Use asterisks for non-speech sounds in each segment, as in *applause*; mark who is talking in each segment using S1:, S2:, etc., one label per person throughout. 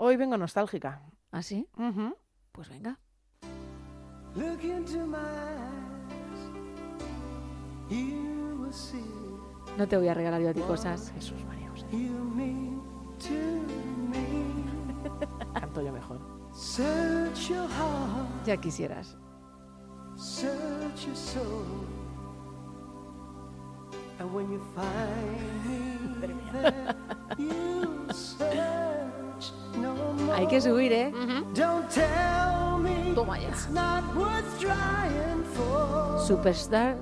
S1: Hoy vengo nostálgica.
S2: ¿Ah, sí?
S1: Ujú.
S2: Pues venga.
S3: Look into my eyes. You will see.
S2: No te voy a regalar yo a ti cosas.
S1: Jesús María José.
S3: You mean to me.
S1: Canto yo mejor.
S3: Search your heart.
S2: Ya quisieras.
S3: Search your soul. And when you find
S2: *laughs*
S3: me, there you search no more.
S2: Hay que subir, ¿eh?
S3: Don't tell me
S2: Toma ya.
S3: it's not worth trying for.
S2: Superstar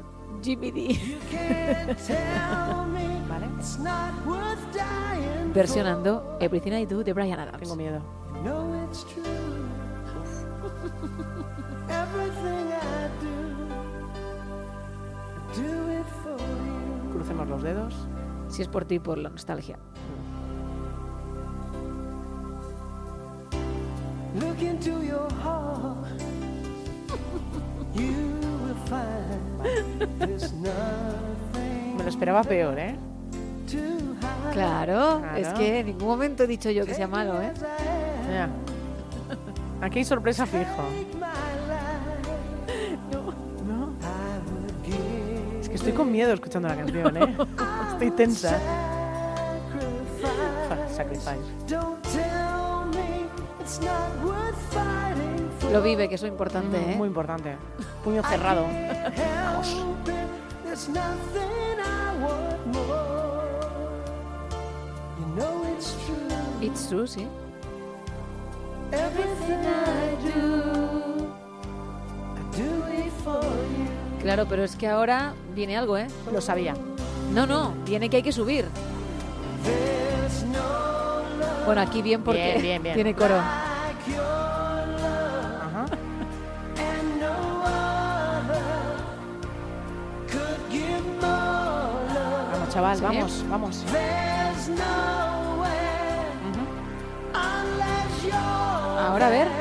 S1: *laughs*
S2: GPD.
S3: You can't tell me
S1: Vale.
S3: it's not worth dying
S2: Versionando Everything I Do de Brian Adams.
S1: Tengo miedo.
S3: for. No, it's true. *laughs* Everything I do, I do it for you.
S1: Crucemos los dedos.
S2: Si es por ti, por la nostalgia.
S3: Look into your heart. *laughs* You will find there's nothing
S1: Me lo esperaba peor, ¿eh?
S3: to hide.
S2: Claro,
S1: Claro.
S2: es que en ningún momento he dicho yo que sea malo, ¿eh?
S3: As I am,
S1: Ya. Aquí hay sorpresa fijo.
S3: take my life.
S1: ¿No?
S3: I would give
S1: Es que estoy con miedo escuchando la canción, ¿eh? Estoy
S2: eh?
S1: tensa. Ja, Sacrifice.
S3: Don't tell me it's not worth fighting for.
S2: Lo vive, que eso es importante, ¿eh?
S1: Mm, Muy importante. Puño cerrado.
S3: Help it, There's nothing I want more. You know it's true.
S2: It's true, sí.
S3: Everything I do, I do it for you.
S2: Claro, pero es que ahora viene algo, ¿eh?
S1: Lo sabía.
S2: No, no, viene que hay que subir.
S3: There's no love
S2: Bueno, aquí bien porque
S1: Bien, bien, bien.
S2: *laughs* tiene coro.
S3: like your love,
S1: Ajá.
S3: and no other could give more love.
S1: Vamos, chaval,
S2: Sí.
S1: vamos, vamos.
S3: There's nowhere unless you're
S2: Ahora a ver.
S3: there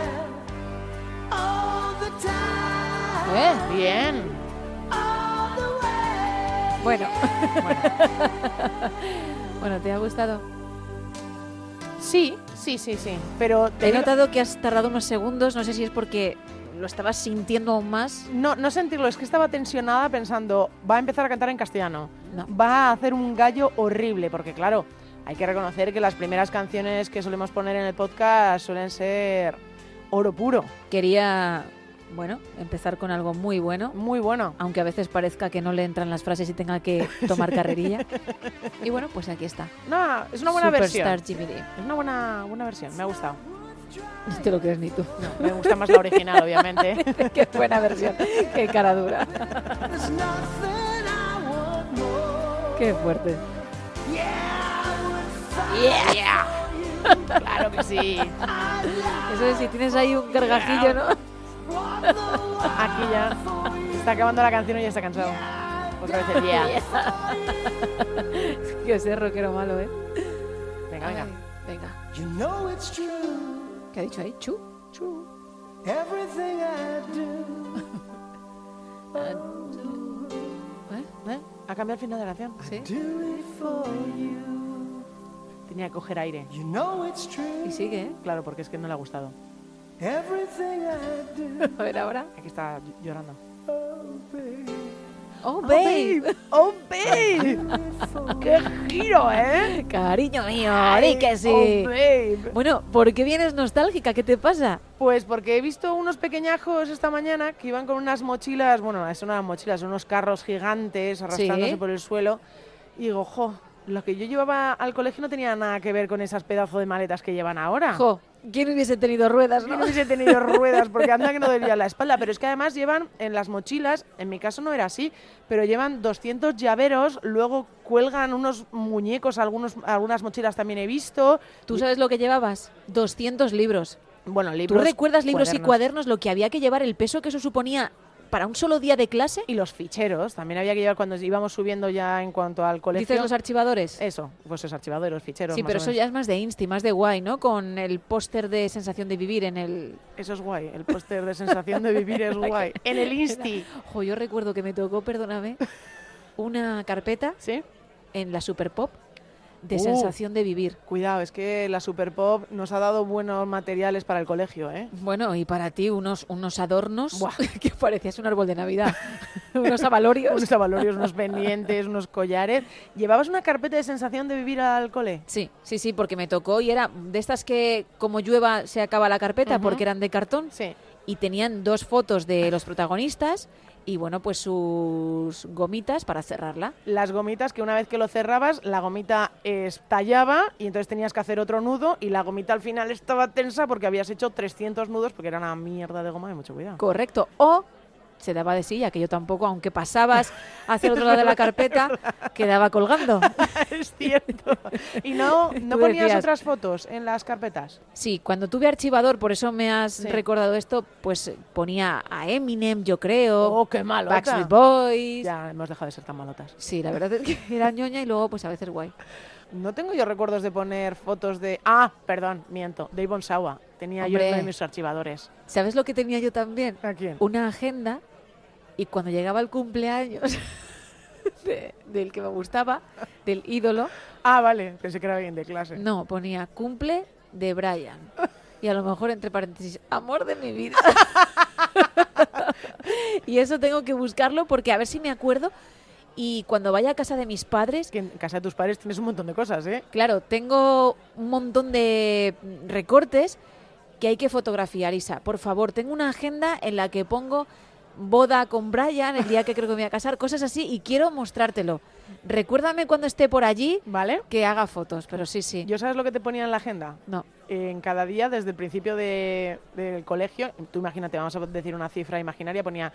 S3: all the time,
S2: ¿Eh?
S1: Bien.
S3: all the way.
S2: Bueno. bueno, ¿te ha gustado?
S1: Sí, sí, sí, sí. Pero te
S2: He
S1: digo-
S2: notado que has tardado unos segundos, no sé si es porque lo estabas sintiendo aún más.
S1: no, no sentirlo, es que estaba tensionada pensando, va a empezar a cantar en castellano.
S2: No.
S1: Va a hacer un gallo horrible, porque claro, hay que reconocer que las primeras canciones que solemos poner en el podcast suelen ser oro puro,
S2: Quería, bueno, empezar con algo muy bueno,
S1: muy bueno.
S2: aunque a veces parezca que no le entran las frases y
S1: *laughs*
S2: tenga que tomar carrerilla. Y bueno, pues aquí está.
S1: No, es una buena
S2: Superstar
S1: versión.
S2: Jimmy Dean.
S1: Es una buena, buena versión, me ha gustado.
S2: No te lo crees ni tú. *laughs*
S1: Me gusta *laughs* más la original, obviamente.
S2: Qué buena versión. Qué cara dura.
S3: *laughs* There's nothing I want more.
S2: Qué fuerte.
S3: Yeah, I would
S1: *laughs*
S3: fight *laughs*
S1: claro que sí.
S2: Eso es, si tienes ahí un gargajillo, ¿no?
S3: all the way
S1: Aquí ya
S3: for you.
S1: está acabando la canción y ya está cansado. Otra vez el día. *laughs*
S2: Yo sé, rockero malo, ¿eh?
S1: Venga, venga.
S2: Ay, venga.
S3: You know it's true.
S2: ¿Qué ha dicho ahí? Chu.
S3: Everything I do,
S2: ¿Eh?
S1: ¿Eh? Ha cambiado el final de la canción. Ah,
S2: ¿Sí?
S3: do it for you.
S1: Tenía que coger aire.
S3: You know it's true.
S2: Y sigue, ¿eh?
S1: Claro, porque es que no le ha gustado.
S3: Everything I do,
S2: A ver ahora.
S1: Aquí está ll- llorando.
S3: oh baby,
S2: Oh, babe.
S1: ¡Oh, babe! *laughs*
S3: Oh,
S1: ¡Qué giro, eh!
S2: *laughs* Cariño mío, di que sí.
S1: ¡Oh, babe!
S2: Bueno, ¿por qué vienes nostálgica? ¿Qué te pasa?
S1: Pues porque he visto unos pequeñajos esta mañana que iban con unas mochilas, bueno, son unas mochilas, son unos carros gigantes arrastrándose
S2: Sí.
S1: por el suelo. Y digo, jo, lo que yo llevaba al colegio no tenía nada que ver con esas pedazos de maletas que llevan ahora.
S2: Jo, ¿quién hubiese tenido ruedas,
S1: Yo
S2: no?
S1: no hubiese tenido ruedas porque anda que no dolía la espalda, pero es que además llevan en las mochilas, en mi caso no era así, pero llevan 200 llaveros, luego cuelgan unos muñecos, algunos, algunas mochilas también he visto.
S2: *laughs* ¿Tú sabes lo que llevabas? 200 libros.
S1: Bueno,
S2: ¿Tú
S1: libros.
S2: recuerdas libros y cuadernos lo que había que llevar, el peso que eso suponía para un solo día de clase?
S1: Y los ficheros, también había que llevar cuando íbamos subiendo ya en cuanto al colegio.
S2: ¿Dices los archivadores?
S1: Eso, pues los archivadores, ficheros.
S2: Sí,
S1: más o
S2: pero eso
S1: menos.
S2: ya es más de Insti, más de guay, ¿no? Con el póster de sensación de vivir en el...
S1: Eso es guay, el póster de sensación de vivir
S2: *laughs*
S1: es guay. En el Insti.
S2: Jo, yo recuerdo que me tocó, perdóname, una carpeta
S1: ¿Sí?
S2: en la Super Pop de
S1: Uh.
S2: sensación de vivir.
S1: Cuidado, es que la Super Pop nos ha dado buenos materiales para el colegio, ¿eh?
S2: Bueno, y para ti unos, unos adornos
S1: Buah.
S2: *laughs* que parecías un árbol de Navidad, unos abalorios.
S1: Unos avalorios, unos pendientes, unos collares. ¿Llevabas una carpeta de sensación de vivir al cole?
S2: Sí, sí, sí, porque me tocó y era de estas que como llueva se acaba la carpeta
S1: Ujú.
S2: porque eran de cartón
S1: Sí.
S2: y tenían dos fotos de los protagonistas y bueno, pues sus gomitas para cerrarla.
S1: Las gomitas que una vez que lo cerrabas, la gomita estallaba y entonces tenías que hacer otro nudo y la gomita al final estaba tensa porque habías hecho 300 nudos porque era una mierda de goma y mucho
S2: *laughs*
S1: cuidado.
S2: Correcto. O se daba de silla, que yo tampoco, aunque pasabas hacia el otro lado de la carpeta, quedaba colgando.
S1: es cierto. Y no, no
S2: *laughs* Tú
S1: ponías
S2: decías-
S1: otras fotos en las carpetas.
S2: Sí, cuando tuve archivador, por eso me has
S1: Sí.
S2: recordado esto, pues ponía a Eminem, yo creo,
S1: Oh, qué malo.
S2: "Oh, Backstreet Boys.
S1: Ya hemos dejado de ser tan malotas.
S2: Sí, la verdad es que era ñoña y luego pues a veces guay.
S1: No tengo yo recuerdos de poner fotos de. Ah, perdón, miento. De Ivonne Sawa. Tenía yo
S2: Hombre.
S1: uno de mis archivadores.
S2: ¿Sabes lo que tenía yo también?
S1: ¿A quién?
S2: Una agenda y cuando llegaba el cumpleaños *laughs* de- del que me gustaba, del ídolo,
S1: Ah, vale. Pensé que era alguien de clase.
S2: no, ponía cumple de Brian. Y a lo mejor entre paréntesis, amor de mi vida. *laughs* y eso tengo que buscarlo porque a ver si me acuerdo. Y cuando vaya a casa de mis padres,
S1: Es que en casa de tus padres tienes un montón de cosas, ¿eh?
S2: Claro, tengo un montón de recortes que hay que fotografiar, Isa. Por favor, tengo una agenda en la que pongo boda con Brian, el día que creo que me voy a casar, cosas así, y quiero mostrártelo. Recuérdame cuando esté por allí
S1: ¿Vale?
S2: que haga fotos, pero sí, sí.
S1: ¿Yo sabes lo que te ponía en la agenda?
S2: No,
S1: En cada día, desde el principio de- del colegio, tú imagínate, vamos a decir una cifra imaginaria, ponía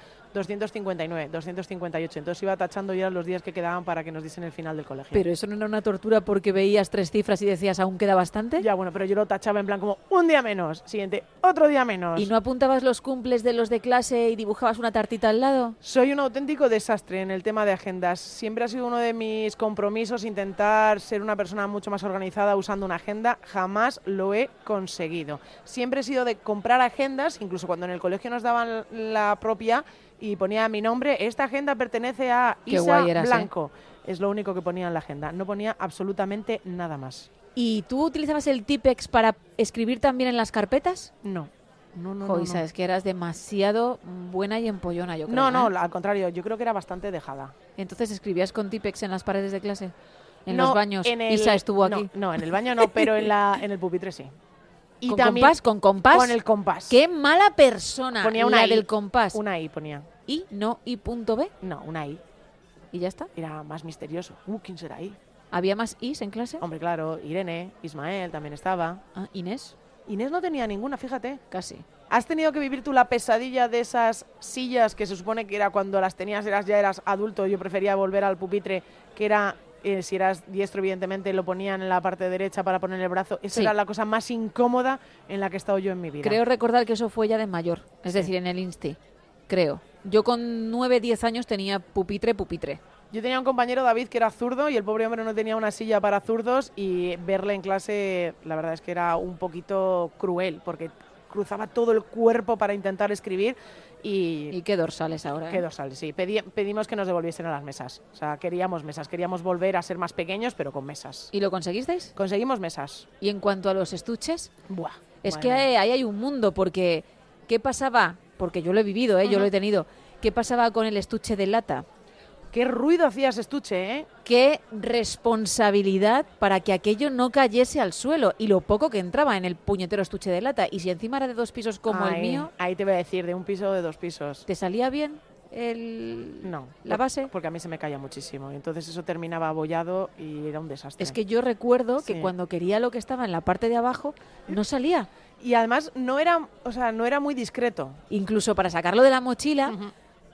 S1: 259, 258. Entonces iba tachando ya los días que quedaban para que nos diesen el final del colegio.
S2: pero eso no era una tortura porque veías tres cifras y decías, aún queda bastante.
S1: Ya, bueno, pero yo lo tachaba en plan como un día menos, siguiente, otro día menos.
S2: ¿Y no apuntabas los cumples de los de clase y dibujabas una tartita al lado?
S1: Soy un auténtico desastre en el tema de agendas. Siempre ha sido uno de mis compromisos intentar ser una persona mucho más organizada usando una agenda. Jamás lo he conseguido. Siempre he sido de comprar agendas, incluso cuando en el colegio nos daban la propia y ponía mi nombre, esta agenda pertenece a
S2: Qué
S1: Isa
S2: guay eras, ¿eh?
S1: Blanco. Es lo único que ponía en la agenda. No ponía absolutamente nada más.
S2: ¿Y tú utilizabas el Tipex para escribir también en las carpetas?
S1: No. No, no,
S2: Jo,
S1: no,
S2: Isa,
S1: no.
S2: es que eras demasiado buena y empollona, yo creo.
S1: No, no,
S2: ¿eh?
S1: al contrario, yo creo que era bastante dejada.
S2: Entonces escribías con Tipex en las paredes de clase, en
S1: No,
S2: los baños.
S1: en el-
S2: Isa estuvo
S1: no,
S2: aquí.
S1: No, en el baño no, pero en, la, en el pupitre sí. Y
S2: con
S1: también
S2: compás, con compás.
S1: con el compás.
S2: Qué mala persona.
S1: Ponía una
S2: la
S1: I,
S2: del compás.
S1: Una I ponía.
S2: Y no y punto B
S1: No, una I.
S2: y ya está.
S1: Era más misterioso. Uh, ¿quién será I?
S2: Había más Is en clase.
S1: Hombre, claro, Irene, Ismael también estaba.
S2: Ah, Inés,
S1: Inés no tenía ninguna, fíjate.
S2: casi.
S1: ¿Has tenido que vivir tú la pesadilla de esas sillas que se supone que era cuando las tenías, eras ya eras adulto, yo prefería volver al pupitre, que era, eh, si eras diestro evidentemente, lo ponían en la parte derecha para poner el brazo. Esa
S2: Sí.
S1: era la cosa más incómoda en la que he estado yo en mi vida.
S2: Creo recordar que eso fue ya de mayor, es
S1: Sí.
S2: decir, en el Insti. Creo. Yo con 9, 10 años tenía pupitre, pupitre.
S1: Yo tenía un compañero, David, que era zurdo y el pobre hombre no tenía una silla para zurdos y verle en clase, la verdad es que era un poquito cruel porque cruzaba todo el cuerpo para intentar escribir
S2: Y
S1: y...
S2: qué dorsales ahora. ¿eh?
S1: Qué dorsal, sí. Pedí- pedimos que nos devolviesen a las mesas. O sea, queríamos mesas. Queríamos volver a ser más pequeños, pero con mesas.
S2: ¿Y lo conseguisteis?
S1: Conseguimos mesas.
S2: Y en cuanto a los estuches,
S1: Buah.
S2: Es
S1: madre
S2: que
S1: mía.
S2: eh, ahí hay un mundo, porque ¿qué pasaba? Porque yo lo he vivido, ¿eh? yo lo he tenido. ¿Qué pasaba con el estuche de lata?
S1: Qué ruido hacías estuche, ¿eh?
S2: Qué responsabilidad para que aquello no cayese al suelo y lo poco que entraba en el puñetero estuche de lata. Y si encima era de dos pisos como el
S1: Ahí-
S2: mío,
S1: Ahí te voy a decir, de un piso o de dos pisos.
S2: ¿te salía bien el...
S1: No.
S2: la base?
S1: Porque a mí se me caía muchísimo. Y entonces eso terminaba abollado y era un desastre.
S2: Es que yo recuerdo que
S1: Sí.
S2: cuando quería lo que estaba en la parte de abajo, no salía.
S1: Y además no era, o sea, no era muy discreto. *laughs*
S2: Incluso para sacarlo de la mochila,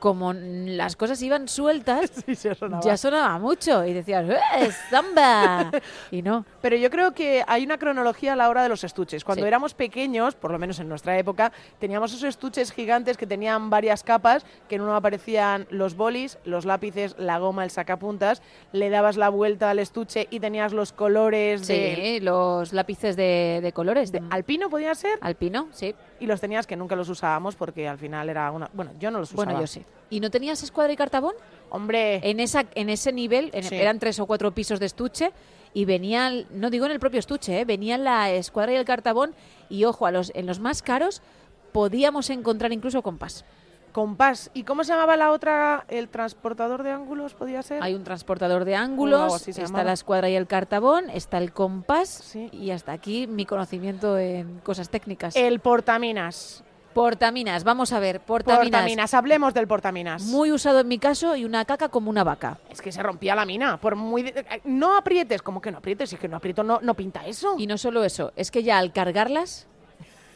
S2: como n- las cosas iban sueltas,
S1: Sí, sí, sonaba.
S2: Ya sonaba mucho y decías, ¡eh,
S1: *laughs*
S2: samba! y no,
S1: Pero yo creo que hay una cronología a la hora de los estuches. Cuando
S2: Sí.
S1: éramos pequeños, por lo menos en nuestra época, teníamos esos estuches gigantes que tenían varias capas, que en uno aparecían los bolis, los lápices, la goma, el sacapuntas, le dabas la vuelta al estuche y tenías los colores
S2: sí,
S1: de...
S2: ¿eh? los lápices de, de colores, de al-
S1: Alpino podía ser,
S2: alpino, sí.
S1: y los tenías que nunca los usábamos porque al final era una... Bueno, yo no los usaba.
S2: Bueno, yo sí. Eh. ¿Y no tenías escuadra y cartabón?
S1: Hombre,
S2: En, esa, en ese nivel, en-
S1: Sí.
S2: eran tres o cuatro pisos de estuche, y venían, no digo en el propio estuche, ¿eh? venían la escuadra y el cartabón y ojo, a los, en los más caros podíamos encontrar incluso compás.
S1: Compás. ¿Y cómo se llamaba la otra? ¿El transportador de ángulos podía ser?
S2: Hay un transportador de ángulos,
S1: O Eh. así se
S2: está
S1: llamaba.
S2: la escuadra y el cartabón, está el compás
S1: Sí.
S2: y hasta aquí mi conocimiento en cosas técnicas.
S1: El portaminas.
S2: portaminas, vamos a ver, portaminas.
S1: portaminas. Hablemos del portaminas.
S2: Muy usado en mi caso y una caca como una vaca.
S1: Es que se rompía la mina. Por muy de- eh, No aprietes. ¿Cómo que no aprietes? Es que no aprieto, no, no pinta eso.
S2: Y no solo eso, es que ya al cargarlas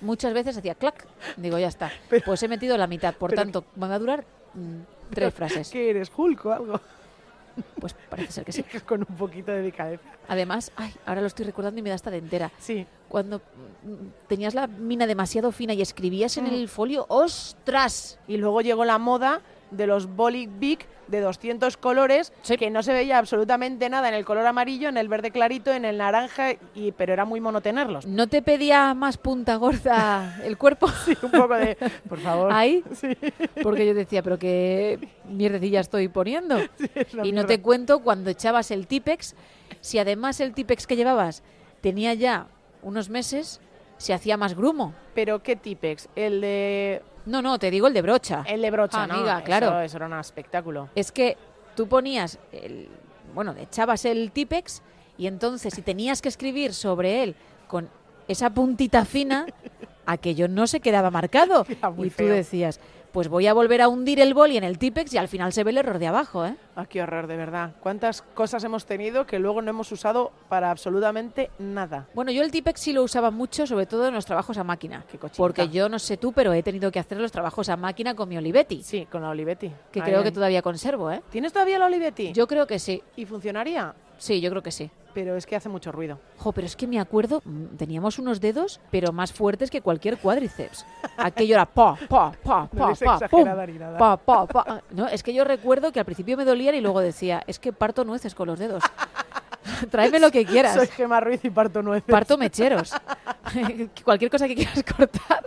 S2: muchas veces hacía clac. Digo, ya está.
S1: *laughs* Pero-
S2: pues he metido la mitad, por
S1: pero-
S2: tanto, van a durar mm, tres
S1: *laughs*
S2: frases.
S1: ¿Qué eres, Hulk o *laughs* algo?
S2: Pues parece ser que sí.
S1: Con un poquito de decadencia.
S2: Además, ay, ahora lo estoy recordando y me da esta de entera.
S1: Sí.
S2: Cuando mm, tenías la mina demasiado fina y escribías en
S1: Mm.
S2: el folio, ¡ostras!
S1: Y luego llegó la moda de los Bolic Big de 200 colores,
S2: Sí.
S1: que no se veía absolutamente nada en el color amarillo, en el verde clarito, en el naranja, y pero era muy mono tenerlos.
S2: ¿No te pedía más punta gorda el
S1: *laughs*
S2: cuerpo?
S1: Un poco de, por favor. *laughs*
S2: Ahí,
S1: Sí,
S2: porque yo decía, pero qué mierdecilla estoy poniendo.
S1: *laughs* es una
S2: Y no
S1: mierda.
S2: te cuento cuando echabas el Tipex, si además el Tipex que llevabas tenía ya unos meses, se hacía más grumo.
S1: Pero qué tipex, el de
S2: No, no, te digo el de brocha.
S1: el de brocha, ¿no?
S2: Ah, Amiga,
S1: Eso-
S2: claro.
S1: Eso, era un espectáculo.
S2: Es que tú ponías, el, bueno, echabas el Tipex y entonces si tenías que escribir sobre él con esa
S1: *laughs*
S2: puntita fina, aquello no se quedaba marcado.
S1: Era muy
S2: Y tú
S1: feo.
S2: decías, pues voy a volver a hundir el boli en el Tipex y al final se ve el error de abajo, ¿eh?
S1: Ah, qué horror, de verdad. ¿Cuántas cosas hemos tenido que luego no hemos usado para absolutamente nada?
S2: Bueno, yo el Tipex sí lo usaba mucho, sobre todo en los trabajos a máquina.
S1: Qué cochinita.
S2: Porque yo no sé tú, pero he tenido que hacer los trabajos a máquina con mi Olivetti,
S1: Sí, con la Olivetti.
S2: que
S1: Ahí,
S2: creo
S1: ahí.
S2: que todavía conservo, ¿eh?
S1: ¿Tienes todavía la Olivetti?
S2: Yo creo que sí,
S1: ¿Y funcionaría?
S2: sí, yo creo que sí.
S1: Pero es que hace mucho ruido.
S2: Jo, pero es que me acuerdo, mm, teníamos unos dedos, pero más fuertes que cualquier cuádriceps. Aquello era pa, pa, pa,
S1: No
S2: pa,
S1: eres
S2: pa, pum,
S1: exagerada ni nada.
S2: pa, pa, pa. No, es que yo recuerdo que al principio me dolían y luego decía, es que parto nueces con los dedos. *laughs* Tráeme lo que quieras.
S1: Soy Gemma Ruiz y parto nueces.
S2: Parto mecheros. *laughs* Cualquier cosa que quieras cortar,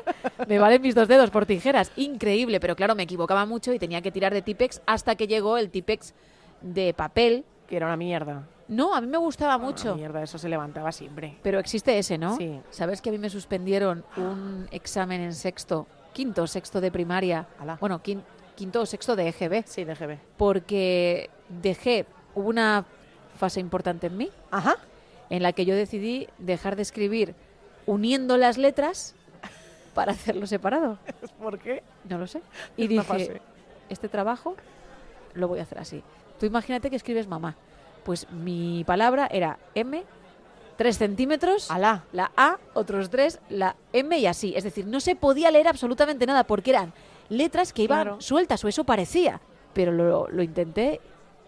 S2: me valen mis dos dedos por tijeras. Increíble, pero claro, me equivocaba mucho y tenía que tirar de Tipex hasta que llegó el Tipex de papel.
S1: que era una mierda.
S2: No, a mí me gustaba mucho,
S1: Una mierda, eso se levantaba siempre.
S2: pero existe ese, ¿no?
S1: Sí.
S2: ¿Sabes que a mí me suspendieron un examen en sexto, quinto o sexto de primaria?
S1: Ala.
S2: Bueno, quin- quinto o sexto de EGB,
S1: Sí, de GB.
S2: porque dejé, hubo una fase importante en mí
S1: Ajá.
S2: en la que yo decidí dejar de escribir uniendo las letras para hacerlo separado.
S1: *laughs* ¿Por qué?
S2: No lo sé. Y
S1: Es *laughs* una
S2: dije,
S1: fase.
S2: este trabajo lo voy a hacer así. Tú imagínate que escribes mamá. Pues mi palabra era M, 3 centímetros,
S1: Alá.
S2: la A, otros 3, la M y así. Es decir, no se podía leer absolutamente nada porque eran letras que iban
S1: Claro.
S2: sueltas o eso parecía. Pero lo, lo intenté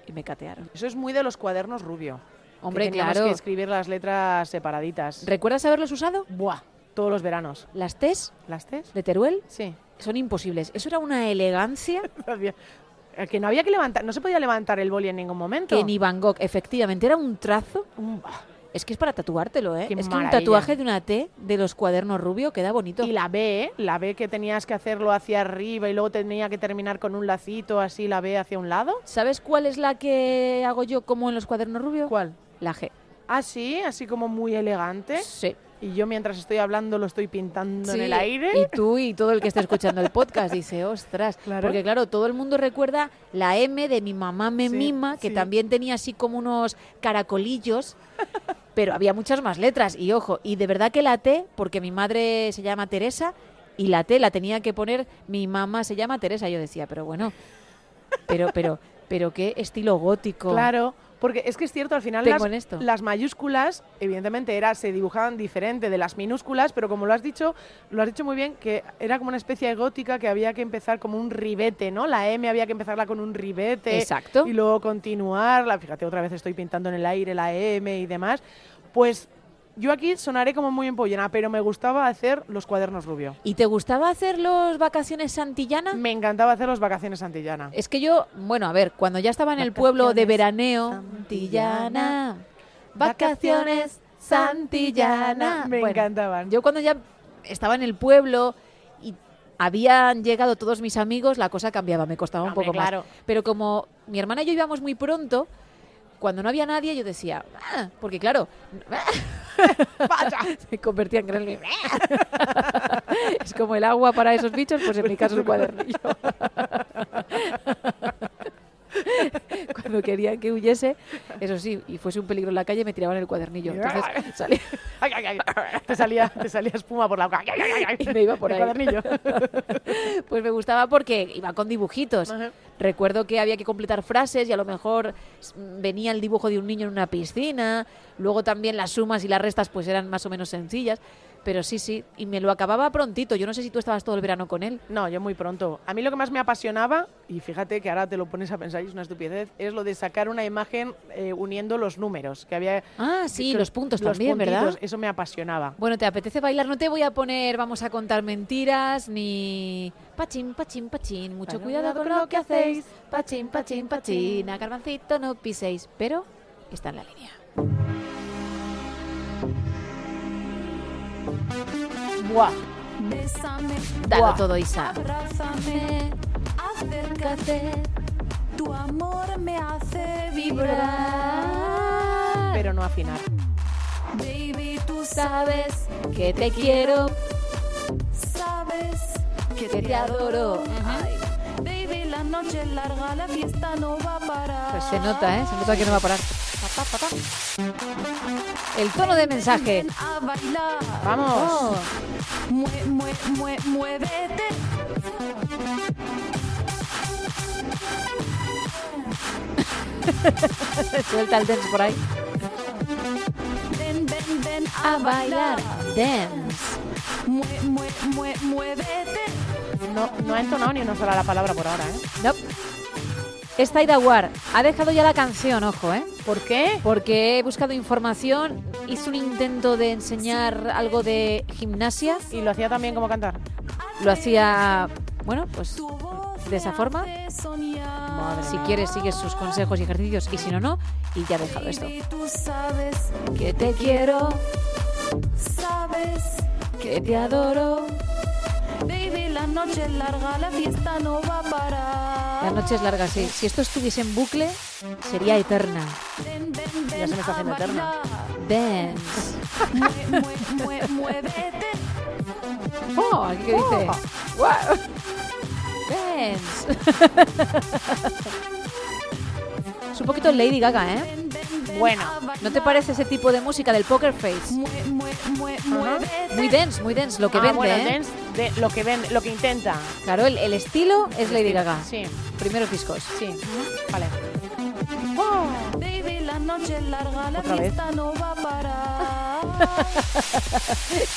S2: y me catearon.
S1: Eso es muy de los cuadernos rubio.
S2: Hombre,
S1: que teníamos
S2: claro.
S1: que escribir las letras separaditas.
S2: ¿Recuerdas haberlos usado?
S1: Buah. Todos los veranos.
S2: Las TES
S1: ¿Las tes?
S2: de Teruel
S1: Sí.
S2: son imposibles. Eso era una
S1: *laughs*
S2: elegancia
S1: Eh, que no había que levantar, no se podía levantar el boli en ningún momento.
S2: que ni Van Gogh, efectivamente, era un trazo.
S1: Un- ah,
S2: Es que es para tatuártelo, ¿eh?
S1: Qué
S2: es que
S1: maravilla.
S2: un tatuaje de una T de los cuadernos rubio queda bonito.
S1: Y la B, ¿eh? la B que tenías que hacerlo hacia arriba y luego tenía que terminar con un lacito así, la B hacia un lado.
S2: ¿Sabes cuál es la que hago yo como en los cuadernos rubio?
S1: ¿Cuál? ¿Eh?
S2: La G.
S1: Así, Ah, así como muy elegante.
S2: Sí.
S1: Y yo mientras estoy hablando lo estoy pintando en
S2: Sí,
S1: el aire.
S2: Y tú y todo el que esté escuchando el podcast dice,
S1: *laughs*
S2: ostras.
S1: Claro.
S2: Porque claro, todo el mundo recuerda la M de mi mamá me
S1: Sí,
S2: mima, que
S1: sí.
S2: también tenía así como unos caracolillos, pero había muchas más letras. Y ojo, y de verdad que la T, porque mi madre se llama Teresa, y la T la tenía que poner mi mamá se llama Teresa. Yo decía, pero bueno, pero, pero, pero qué estilo gótico.
S1: Claro, porque es que es cierto, al final
S2: Tengo
S1: las,
S2: en esto.
S1: las mayúsculas, evidentemente, era, se dibujaban diferente de las minúsculas, pero como lo has dicho, lo has dicho muy bien, que era como una especie de gótica que había que empezar como un ribete, ¿no? La M había que empezarla con un ribete
S2: Exacto.
S1: y luego continuarla. Fíjate, otra vez estoy pintando en el aire la M y demás. Pues yo aquí sonaré como muy empollona, pero me gustaba hacer los cuadernos rubio.
S2: ¿Y te gustaba hacer los vacaciones santillana?
S1: Me encantaba hacer las vacaciones antillana.
S2: Es que yo, bueno, a ver, cuando ya estaba en el pueblo de
S1: Vacaciones
S2: veraneo,
S1: Santillana.
S2: Santillana, vacaciones Santillana.
S1: Me
S2: Bueno,
S1: encantaban.
S2: Yo cuando ya estaba en el pueblo y habían llegado todos mis amigos, la cosa cambiaba, me costaba un
S1: Hombre,
S2: poco
S1: claro.
S2: más. Pero como mi hermana y yo íbamos muy pronto, cuando no había nadie, yo decía, "Ah", porque claro,
S1: Vaya.
S2: me convertía en gremlin. *laughs* es como el agua para esos bichos, pues en mi caso el cuadernillo. *laughs* cuando querían que huyese, eso sí, y fuese un peligro en la calle, me tiraban el cuadernillo. Entonces salía
S1: Ay, ay, ay. Te, salía, te salía espuma por la boca. Ay, ay, ay, ay.
S2: y *laughs* me iba por
S1: El
S2: ahí.
S1: cuadernillo.
S2: Pues me gustaba porque iba con dibujitos.
S1: Ajá.
S2: Recuerdo que había que completar frases y a lo mejor s- venía el dibujo de un niño en una piscina. Luego también las sumas y las restas pues eran más o menos sencillas. Pero sí, sí, y me lo acababa prontito. Yo no sé si tú estabas todo el verano con él.
S1: No, yo muy pronto. A mí lo que más me apasionaba, y fíjate que ahora te lo pones a pensar y es una estupidez, es lo de sacar una imagen eh, uniendo los números. Que había.
S2: Ah, sí,
S1: que-
S2: los puntos
S1: los
S2: también,
S1: puntitos,
S2: ¿verdad?
S1: Eso me apasionaba.
S2: Bueno, ¿te apetece bailar? No te voy a poner, vamos a contar mentiras, ni pachín, pachín, pachín. Mucho cuidado con lo que hacéis. Pachín, pachín, pachín. A garbancito no piséis. Pero está en la línea.
S1: Buah.
S4: Bésame,
S2: Dalo
S1: Buah.
S2: todo, Isa.
S4: abrázame, acércate. Tu amor me hace vibrar.
S1: Pero no afinar.
S4: Baby, tú
S2: Sabes que te quiero.
S4: sabes que
S2: Que
S4: te,
S2: te adoro.
S4: adoro. Ay, baby, la noche es larga, la fiesta no va a parar.
S2: Pues se nota, ¿eh? Se nota que no va a parar. Pa, pa, pa, pa. El tono de mensaje.
S4: Ven a bailar.
S1: Vamos.
S2: Oh,
S4: Mue, mue, mue, muévete.
S2: suelta el dance por ahí.
S4: Ven, ven, ven a,
S2: A bailar dance.
S4: Mue, mue, mue, muévete.
S1: No, no ha entonado ni una sola la palabra por ahora, ¿eh?
S2: Nope. Es Taida War. Ha dejado ya la canción, ojo, ¿eh?
S1: ¿Por qué?
S2: Porque he buscado información. Hizo un intento de enseñar algo de gimnasia.
S1: Y lo hacía también como cantar.
S2: Lo hacía, bueno, pues
S4: Tu voz
S2: ¿De esa
S4: me
S2: forma?
S4: hace soñar.
S2: si quieres sigues sus consejos y ejercicios y si no, no. Y ya ha dejado esto.
S4: Baby, tú sabes,
S2: Que te quiero,
S4: sabes.
S2: que te adoro.
S4: Baby, la noche es larga, la fiesta no va a parar.
S2: La noche es larga, sí. Si esto estuviese en bucle, sería eterna.
S4: Ven, ven, ven
S1: Ya se me está
S4: a
S1: haciendo eterna.
S4: bailar.
S2: Dance.
S4: Mue,
S2: *laughs*
S4: mue, mue, muévete.
S2: ¿Eh? Oh, aquí que dice.
S1: Oh.
S2: Wow. Dance. *laughs* Es un poquito Lady Gaga, ¿eh?
S4: Ven, ven, ven
S1: Bueno,
S4: a bailar.
S2: ¿No te parece ese tipo de música del poker face?
S4: Mue, mue, mue, muévete.
S2: Muy dance, muy dance, lo que
S1: Ah,
S2: vende,
S1: bueno,
S2: ¿eh?
S1: dance de lo que vende, lo que intenta.
S2: Claro, el, el estilo es Lady Gaga.
S1: Sí,
S2: Primero discos.
S1: sí. Vale.
S4: Baby, la noche es larga, la
S1: Otra vez.
S4: fiesta no va
S2: *laughs*
S4: a parar.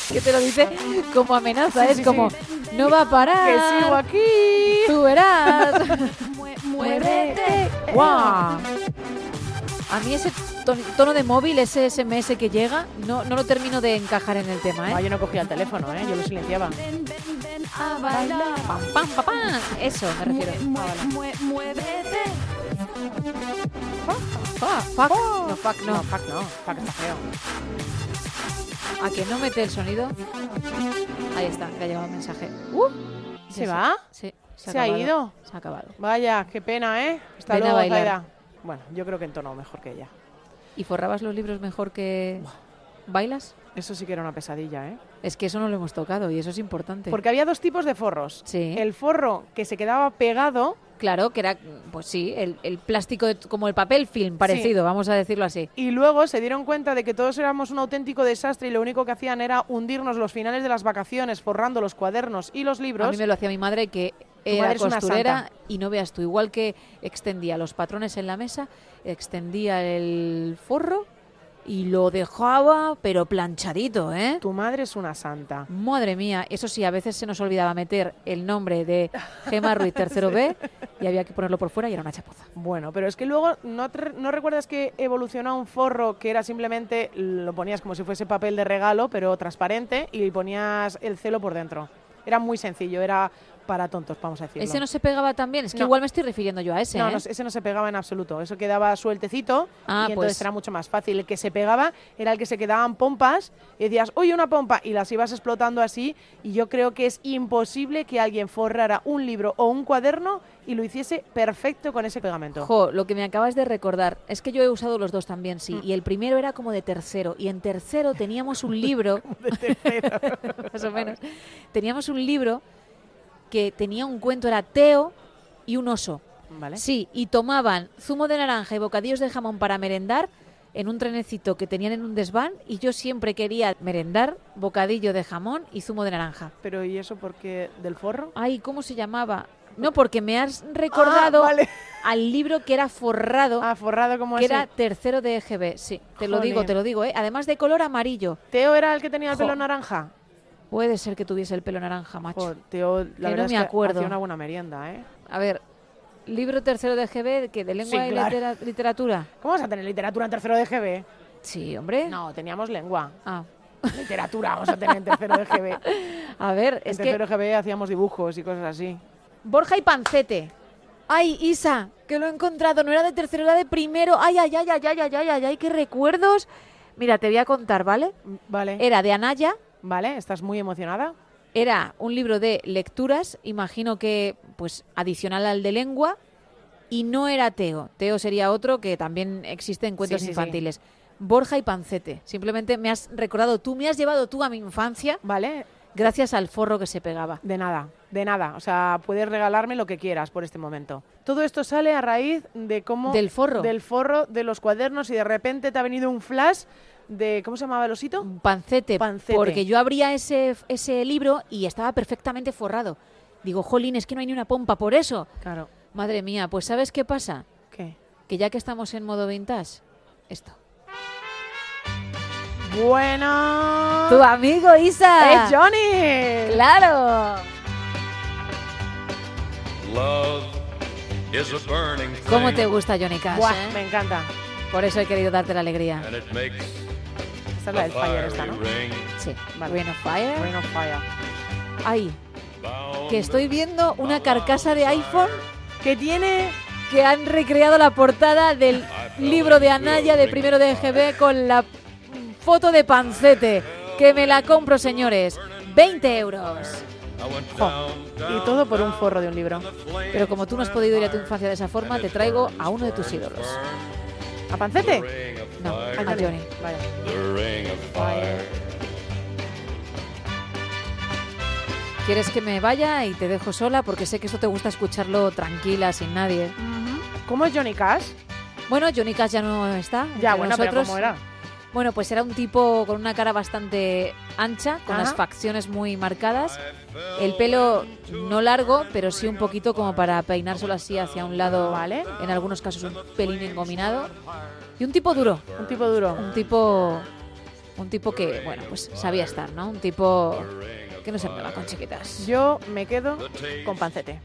S2: Que te lo dice como amenaza,
S1: Sí,
S2: es
S1: sí,
S2: como,
S1: sí.
S2: no va a parar.
S1: Que sigo aquí.
S2: Ah.
S1: *laughs*
S2: Tú verás.
S4: Mue, muévete.
S2: ¡Guau! A mí ese ton- tono de móvil, ese SMS que llega, no, no lo termino de encajar en el
S1: No,
S2: tema, ¿eh?
S1: Ah, yo no cogía el teléfono, ¿eh? Yo lo silenciaba.
S4: Ven, ven, ven a bailar.
S2: ¡Pam, pam, pam, pam! Eso me refiero.
S4: Mue, mue, mue, muévete.
S2: Fuck, fuck. No, fuck,
S1: No,
S2: no.
S1: fuck no. Fuck está feo.
S2: A que no mete el sonido. Ahí está, me ha llegado un mensaje. ¡Uh! Ya
S1: ¿Se va?
S2: Sí.
S1: ¿Se ha
S2: acabado.
S1: ido?
S2: Se ha acabado.
S1: Vaya, qué pena, ¿eh? Hasta
S2: Ven a
S1: luego,
S2: bailar.
S1: Zaida. Bueno, yo creo que entonó mejor que ella.
S2: ¿Y forrabas los libros mejor que bailas?
S1: Eso sí que era una pesadilla, ¿eh?
S2: Es que eso no lo hemos tocado y eso es importante.
S1: Porque había dos tipos de forros.
S2: Sí.
S1: El forro que se quedaba pegado
S2: Claro, que era, pues sí, el, el plástico, de- como el papel film, parecido, vamos a decirlo así.
S1: y luego se dieron cuenta de que todos éramos un auténtico desastre y lo único que hacían era hundirnos los finales de las vacaciones forrando los cuadernos y los libros.
S2: A mí me lo hacía mi madre que era
S1: madre es una
S2: costurera
S1: santa.
S2: y no veas tú, igual que extendía los patrones en la mesa, extendía el forro y lo dejaba pero planchadito, ¿eh?
S1: Tu madre es una santa.
S2: Madre mía, eso sí, a veces se nos olvidaba meter el nombre de Gemma Ruiz *laughs* tercero B y había que ponerlo por fuera y era una chapuza.
S1: Bueno, pero es que luego, ¿no, te- no recuerdas que evolucionó a un forro que era simplemente, lo ponías como si fuese papel de regalo, pero transparente, y ponías el celo por dentro? era muy sencillo, era para tontos, vamos a decirlo.
S2: Ese no se pegaba tan bien, es que
S1: No.
S2: igual me estoy refiriendo yo a ese.
S1: No,
S2: ¿eh?
S1: no, ese no se pegaba en absoluto. Eso quedaba sueltecito
S2: Ah,
S1: y entonces
S2: pues.
S1: era mucho más fácil. El que se pegaba era el que se quedaban pompas y decías, oye, una pompa, y las ibas explotando así. Y yo creo que es imposible que alguien forrara un libro o un cuaderno y lo hiciese perfecto con ese pegamento.
S2: Jo, lo que me acabas de recordar es que yo he usado los dos también, sí.
S1: Mm.
S2: Y el primero era como de tercero. Y en tercero teníamos un
S1: *laughs*
S2: libro, *laughs* más o menos. Teníamos un libro que tenía un cuento, era Teo y un oso.
S1: ¿Vale?
S2: Sí, y tomaban zumo de naranja y bocadillos de jamón para merendar en un trenecito que tenían en un desván. Y yo siempre quería merendar bocadillo de jamón y zumo de naranja.
S1: Pero ¿y eso porque del forro?
S2: Ay, ¿cómo se llamaba? No, porque me has recordado
S1: Ah, vale.
S2: al libro que era forrado
S1: Ah, forrado como
S2: que
S1: ese.
S2: era tercero de EGB, sí. Te lo
S1: Jolín.
S2: digo, te lo digo, ¿eh? Además de color amarillo.
S1: Teo era el que tenía el
S2: Jo.
S1: pelo naranja.
S2: Puede ser que tuviese el pelo naranja, macho.
S1: Jo, Teo, la
S2: no
S1: verdad es
S2: me
S1: que
S2: acuerdo.
S1: hacía una buena merienda, ¿eh?
S2: A ver, libro tercero de E EGB, que de lengua
S1: Sí,
S2: y
S1: claro.
S2: litera- literatura.
S1: ¿Cómo vas a tener literatura en tercero de GB?
S2: Sí, hombre.
S1: No, teníamos lengua.
S2: Ah,
S1: Literatura vamos a tener en tercero de
S2: *laughs*
S1: GB.
S2: a ver,
S1: En
S2: es que
S1: tercero de GB hacíamos dibujos y cosas así.
S2: Borja y Pancete. Ay, Isa, que lo he encontrado. No era de tercero, era de primero. Ay, ay, ay, ay, ay, ay, ay, ay, ay, qué recuerdos. Mira, te voy a contar, ¿vale?
S1: Mm, Vale,
S2: Era de Anaya.
S1: vale, estás muy emocionada.
S2: Era un libro de lecturas, imagino que pues adicional al de lengua, y no era Teo. Teo sería otro que también existe en cuentos
S1: Sí, sí, sí.
S2: infantiles. Borja y Pancete. Simplemente me has recordado tú, me has llevado tú a mi infancia
S1: Vale,
S2: gracias al forro que se pegaba.
S1: de nada, de nada. O sea, puedes regalarme lo que quieras por este momento. Todo esto sale a raíz de cómo.
S2: Del forro.
S1: Del forro, de los cuadernos y de repente te ha venido un flash de. ¿Cómo se llamaba el osito?
S2: Pancete,
S1: Pancete.
S2: Porque yo abría ese, ese libro y estaba perfectamente forrado. Digo, jolín, es que no hay ni una pompa por eso.
S1: Claro.
S2: Madre mía, pues ¿sabes qué pasa?
S1: ¿Qué?
S2: Que ya que estamos en modo vintage, esto.
S1: Bueno.
S2: Tu amigo Isa.
S1: ¡Es Johnny!
S2: ¡Claro!
S5: Love is a burning thing.
S2: ¿Cómo te gusta Johnny Cash?
S1: Buah,
S2: eh?
S1: me encanta.
S2: Por eso he querido darte la alegría.
S5: And it makes
S1: Esta es la
S5: a
S1: del Fire, esta,
S5: fiery
S1: ¿no?
S5: ring.
S2: Sí.
S1: Vale.
S2: Ring of Fire.
S1: Ring of Fire.
S2: Ay,
S5: bound
S2: que estoy viendo una carcasa de iPhone
S1: Que tiene.
S2: que han recreado la portada del libro de Anaya de primero de EGB con la foto de Pancete. Que me la compro, señores. 20 euros.
S5: I went
S1: Jo.
S5: down,
S1: Y
S5: down,
S1: todo por un forro de un libro.
S2: Pero como tú no has podido ir a tu infancia de esa forma, te traigo a uno de tus ídolos.
S1: ¿A pancete?
S5: ring of
S2: No,
S5: fire,
S2: a Johnny.
S1: Vale.
S5: the ring of fire.
S2: ¿Quieres que me vaya y te dejo sola? Porque sé que esto te gusta escucharlo tranquila, sin nadie.
S1: ¿Cómo es Johnny Cash?
S2: Bueno, Johnny Cash ya no está.
S1: Ya,
S2: entre
S1: bueno, pero
S2: nosotros.
S1: ¿cómo era?
S2: Bueno, pues era un tipo con una cara bastante ancha, con
S1: Ajá.
S2: las facciones muy marcadas, el pelo no largo, pero sí un poquito como para peinárselo así hacia un lado,
S1: Vale.
S2: en algunos casos un pelín engominado. Y un tipo duro,
S1: Un tipo duro.
S2: un tipo un tipo que, bueno, pues sabía estar, ¿no? Un tipo que no se andaba con chiquitas.
S1: Yo me quedo con pancete.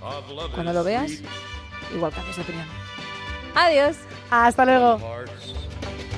S5: Of love
S2: Cuando lo veas, igual cambias de opinión. Adiós.
S1: Hasta luego.
S5: hearts